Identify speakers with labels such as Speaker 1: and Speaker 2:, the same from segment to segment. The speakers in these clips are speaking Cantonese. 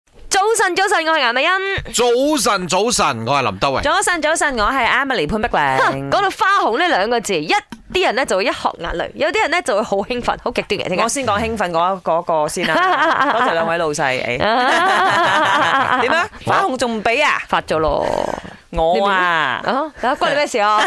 Speaker 1: 晨，早晨，我係顏美欣。
Speaker 2: 早晨，早晨，我係林德榮。
Speaker 3: 早晨，早晨，我係 Emily 潘碧
Speaker 1: 哼
Speaker 3: 玲。
Speaker 1: 講到花紅呢兩個字，一啲人咧就會一殼眼淚，有啲人咧就會好興奮，好極端嘅聽
Speaker 3: 我先講興奮嗰嗰個先 啦，多謝兩位老 細。誒
Speaker 1: 緊。
Speaker 3: 點啊？花紅仲唔俾啊？
Speaker 1: 發咗咯？
Speaker 3: 我啊，
Speaker 1: 啊，關你咩事啊？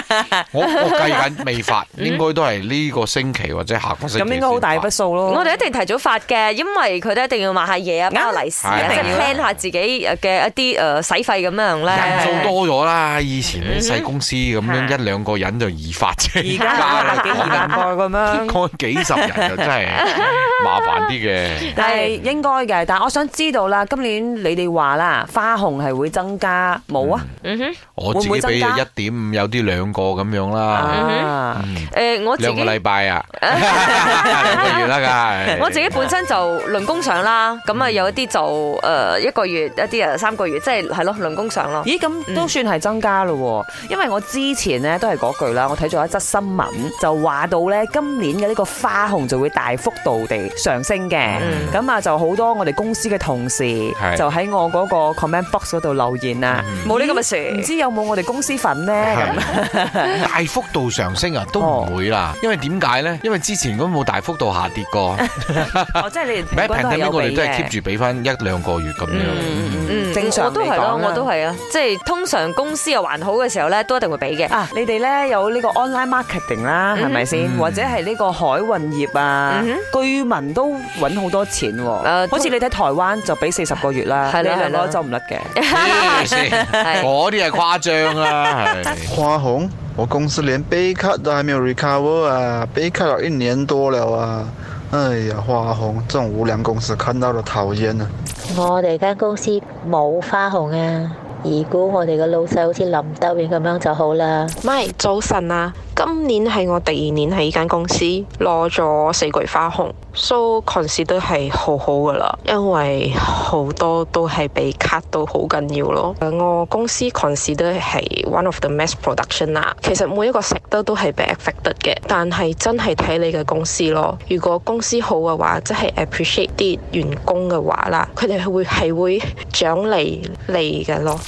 Speaker 2: 我我計緊未發，應該都係呢個星期或者下個星期。
Speaker 3: 咁應該好大筆。數咯。
Speaker 1: 我哋一定提早發嘅，因為佢哋一定要買下嘢啊，包利是啊，
Speaker 2: 係
Speaker 1: 即係
Speaker 2: 一定要
Speaker 1: plan 下自己呃嘅一啲誒使費咁樣
Speaker 2: 人數
Speaker 1: 咧。
Speaker 2: 多咗啦，以前啲細公司咁樣一兩個人就易發啫，
Speaker 3: 而 家幾二萬個咁 樣。
Speaker 2: 講幾十人就真係麻煩啲嘅。
Speaker 3: 但係應該嘅，但係我想知道啦，今年你哋話啦，花紅係會增加冇啊？
Speaker 1: 嗯哼，
Speaker 2: 我自己俾就一點五，有啲兩個咁樣啦，
Speaker 3: 啊，
Speaker 1: 誒我自
Speaker 2: 兩個
Speaker 1: 己。
Speaker 2: 禮拜啊，兩個月啦，梗係。
Speaker 1: 我自己本身就輪工上啦，咁啊有一啲就誒、呃一個月，一啲誒三個月，即係係咯輪工上咯。
Speaker 3: 咦，
Speaker 2: 嗯
Speaker 3: 咁都算係增加咯喎，因為我之前呢都係嗰句啦，我睇咗一則新聞就話到呢，今年嘅呢個花紅就會大幅度地上升嘅，咁啊就好多我哋公司嘅同事
Speaker 2: 嗯係嗯
Speaker 3: 就喺我嗰個 comment box 嗰度留言啊，
Speaker 1: 冇呢咁嘅事
Speaker 3: 咦唔知有冇我哋公司份呢？咁
Speaker 2: 大幅度上升啊，都
Speaker 3: 哦
Speaker 2: 唔會啦，因為點解咧？因為之前都冇大幅度下跌 過，
Speaker 3: 哦，即係你哋
Speaker 2: 咩
Speaker 3: 平
Speaker 2: 平呢
Speaker 3: 均都係有
Speaker 2: 我哋
Speaker 3: 俾
Speaker 2: 都係 keep
Speaker 3: 嘅。
Speaker 2: 住俾翻一兩個月咁樣。
Speaker 1: 嗯
Speaker 3: 正常
Speaker 1: 我都係
Speaker 3: 嚟講
Speaker 1: 咯，
Speaker 3: 啦
Speaker 1: 我都係啊，即係通常公司又還好嘅時候咧，都一定會俾嘅。
Speaker 3: 啊！你哋咧有呢個 online marketing 啦，係咪先？或者係呢個海運業啊
Speaker 1: 嗯，
Speaker 3: 居民都揾好多錢
Speaker 1: 誒
Speaker 3: 喎。好似你睇台灣就俾四十個月啦，
Speaker 1: 係
Speaker 3: 你
Speaker 1: 啦
Speaker 3: 兩
Speaker 1: 係啦
Speaker 3: 個走唔甩嘅。
Speaker 2: 咩 先嗰啲係誇張啦，係
Speaker 4: 花红，我公司连 b 卡都还没有 recover 啊，b 卡了一年多了啊。哎呀，花红这种无良公司看到了讨厌啊！
Speaker 5: 我哋間公司冇花紅啊！如果我哋嘅老細好似林德榮咁樣就好啦。
Speaker 6: 唔係早晨啊！今年係我第二年喺呢間公司攞咗四季花紅，so consider 都係好好噶啦，因為好多都係被 cut 到好緊要咯。呃我公司 consider 都係 one of the mass production 啦，其實每一個 sector 都係被 affected 嘅，但係真係睇你嘅公司咯。如果公司好嘅話，即係 appreciate 啲員工嘅話啦，佢哋係會係會獎勵你嘅咯。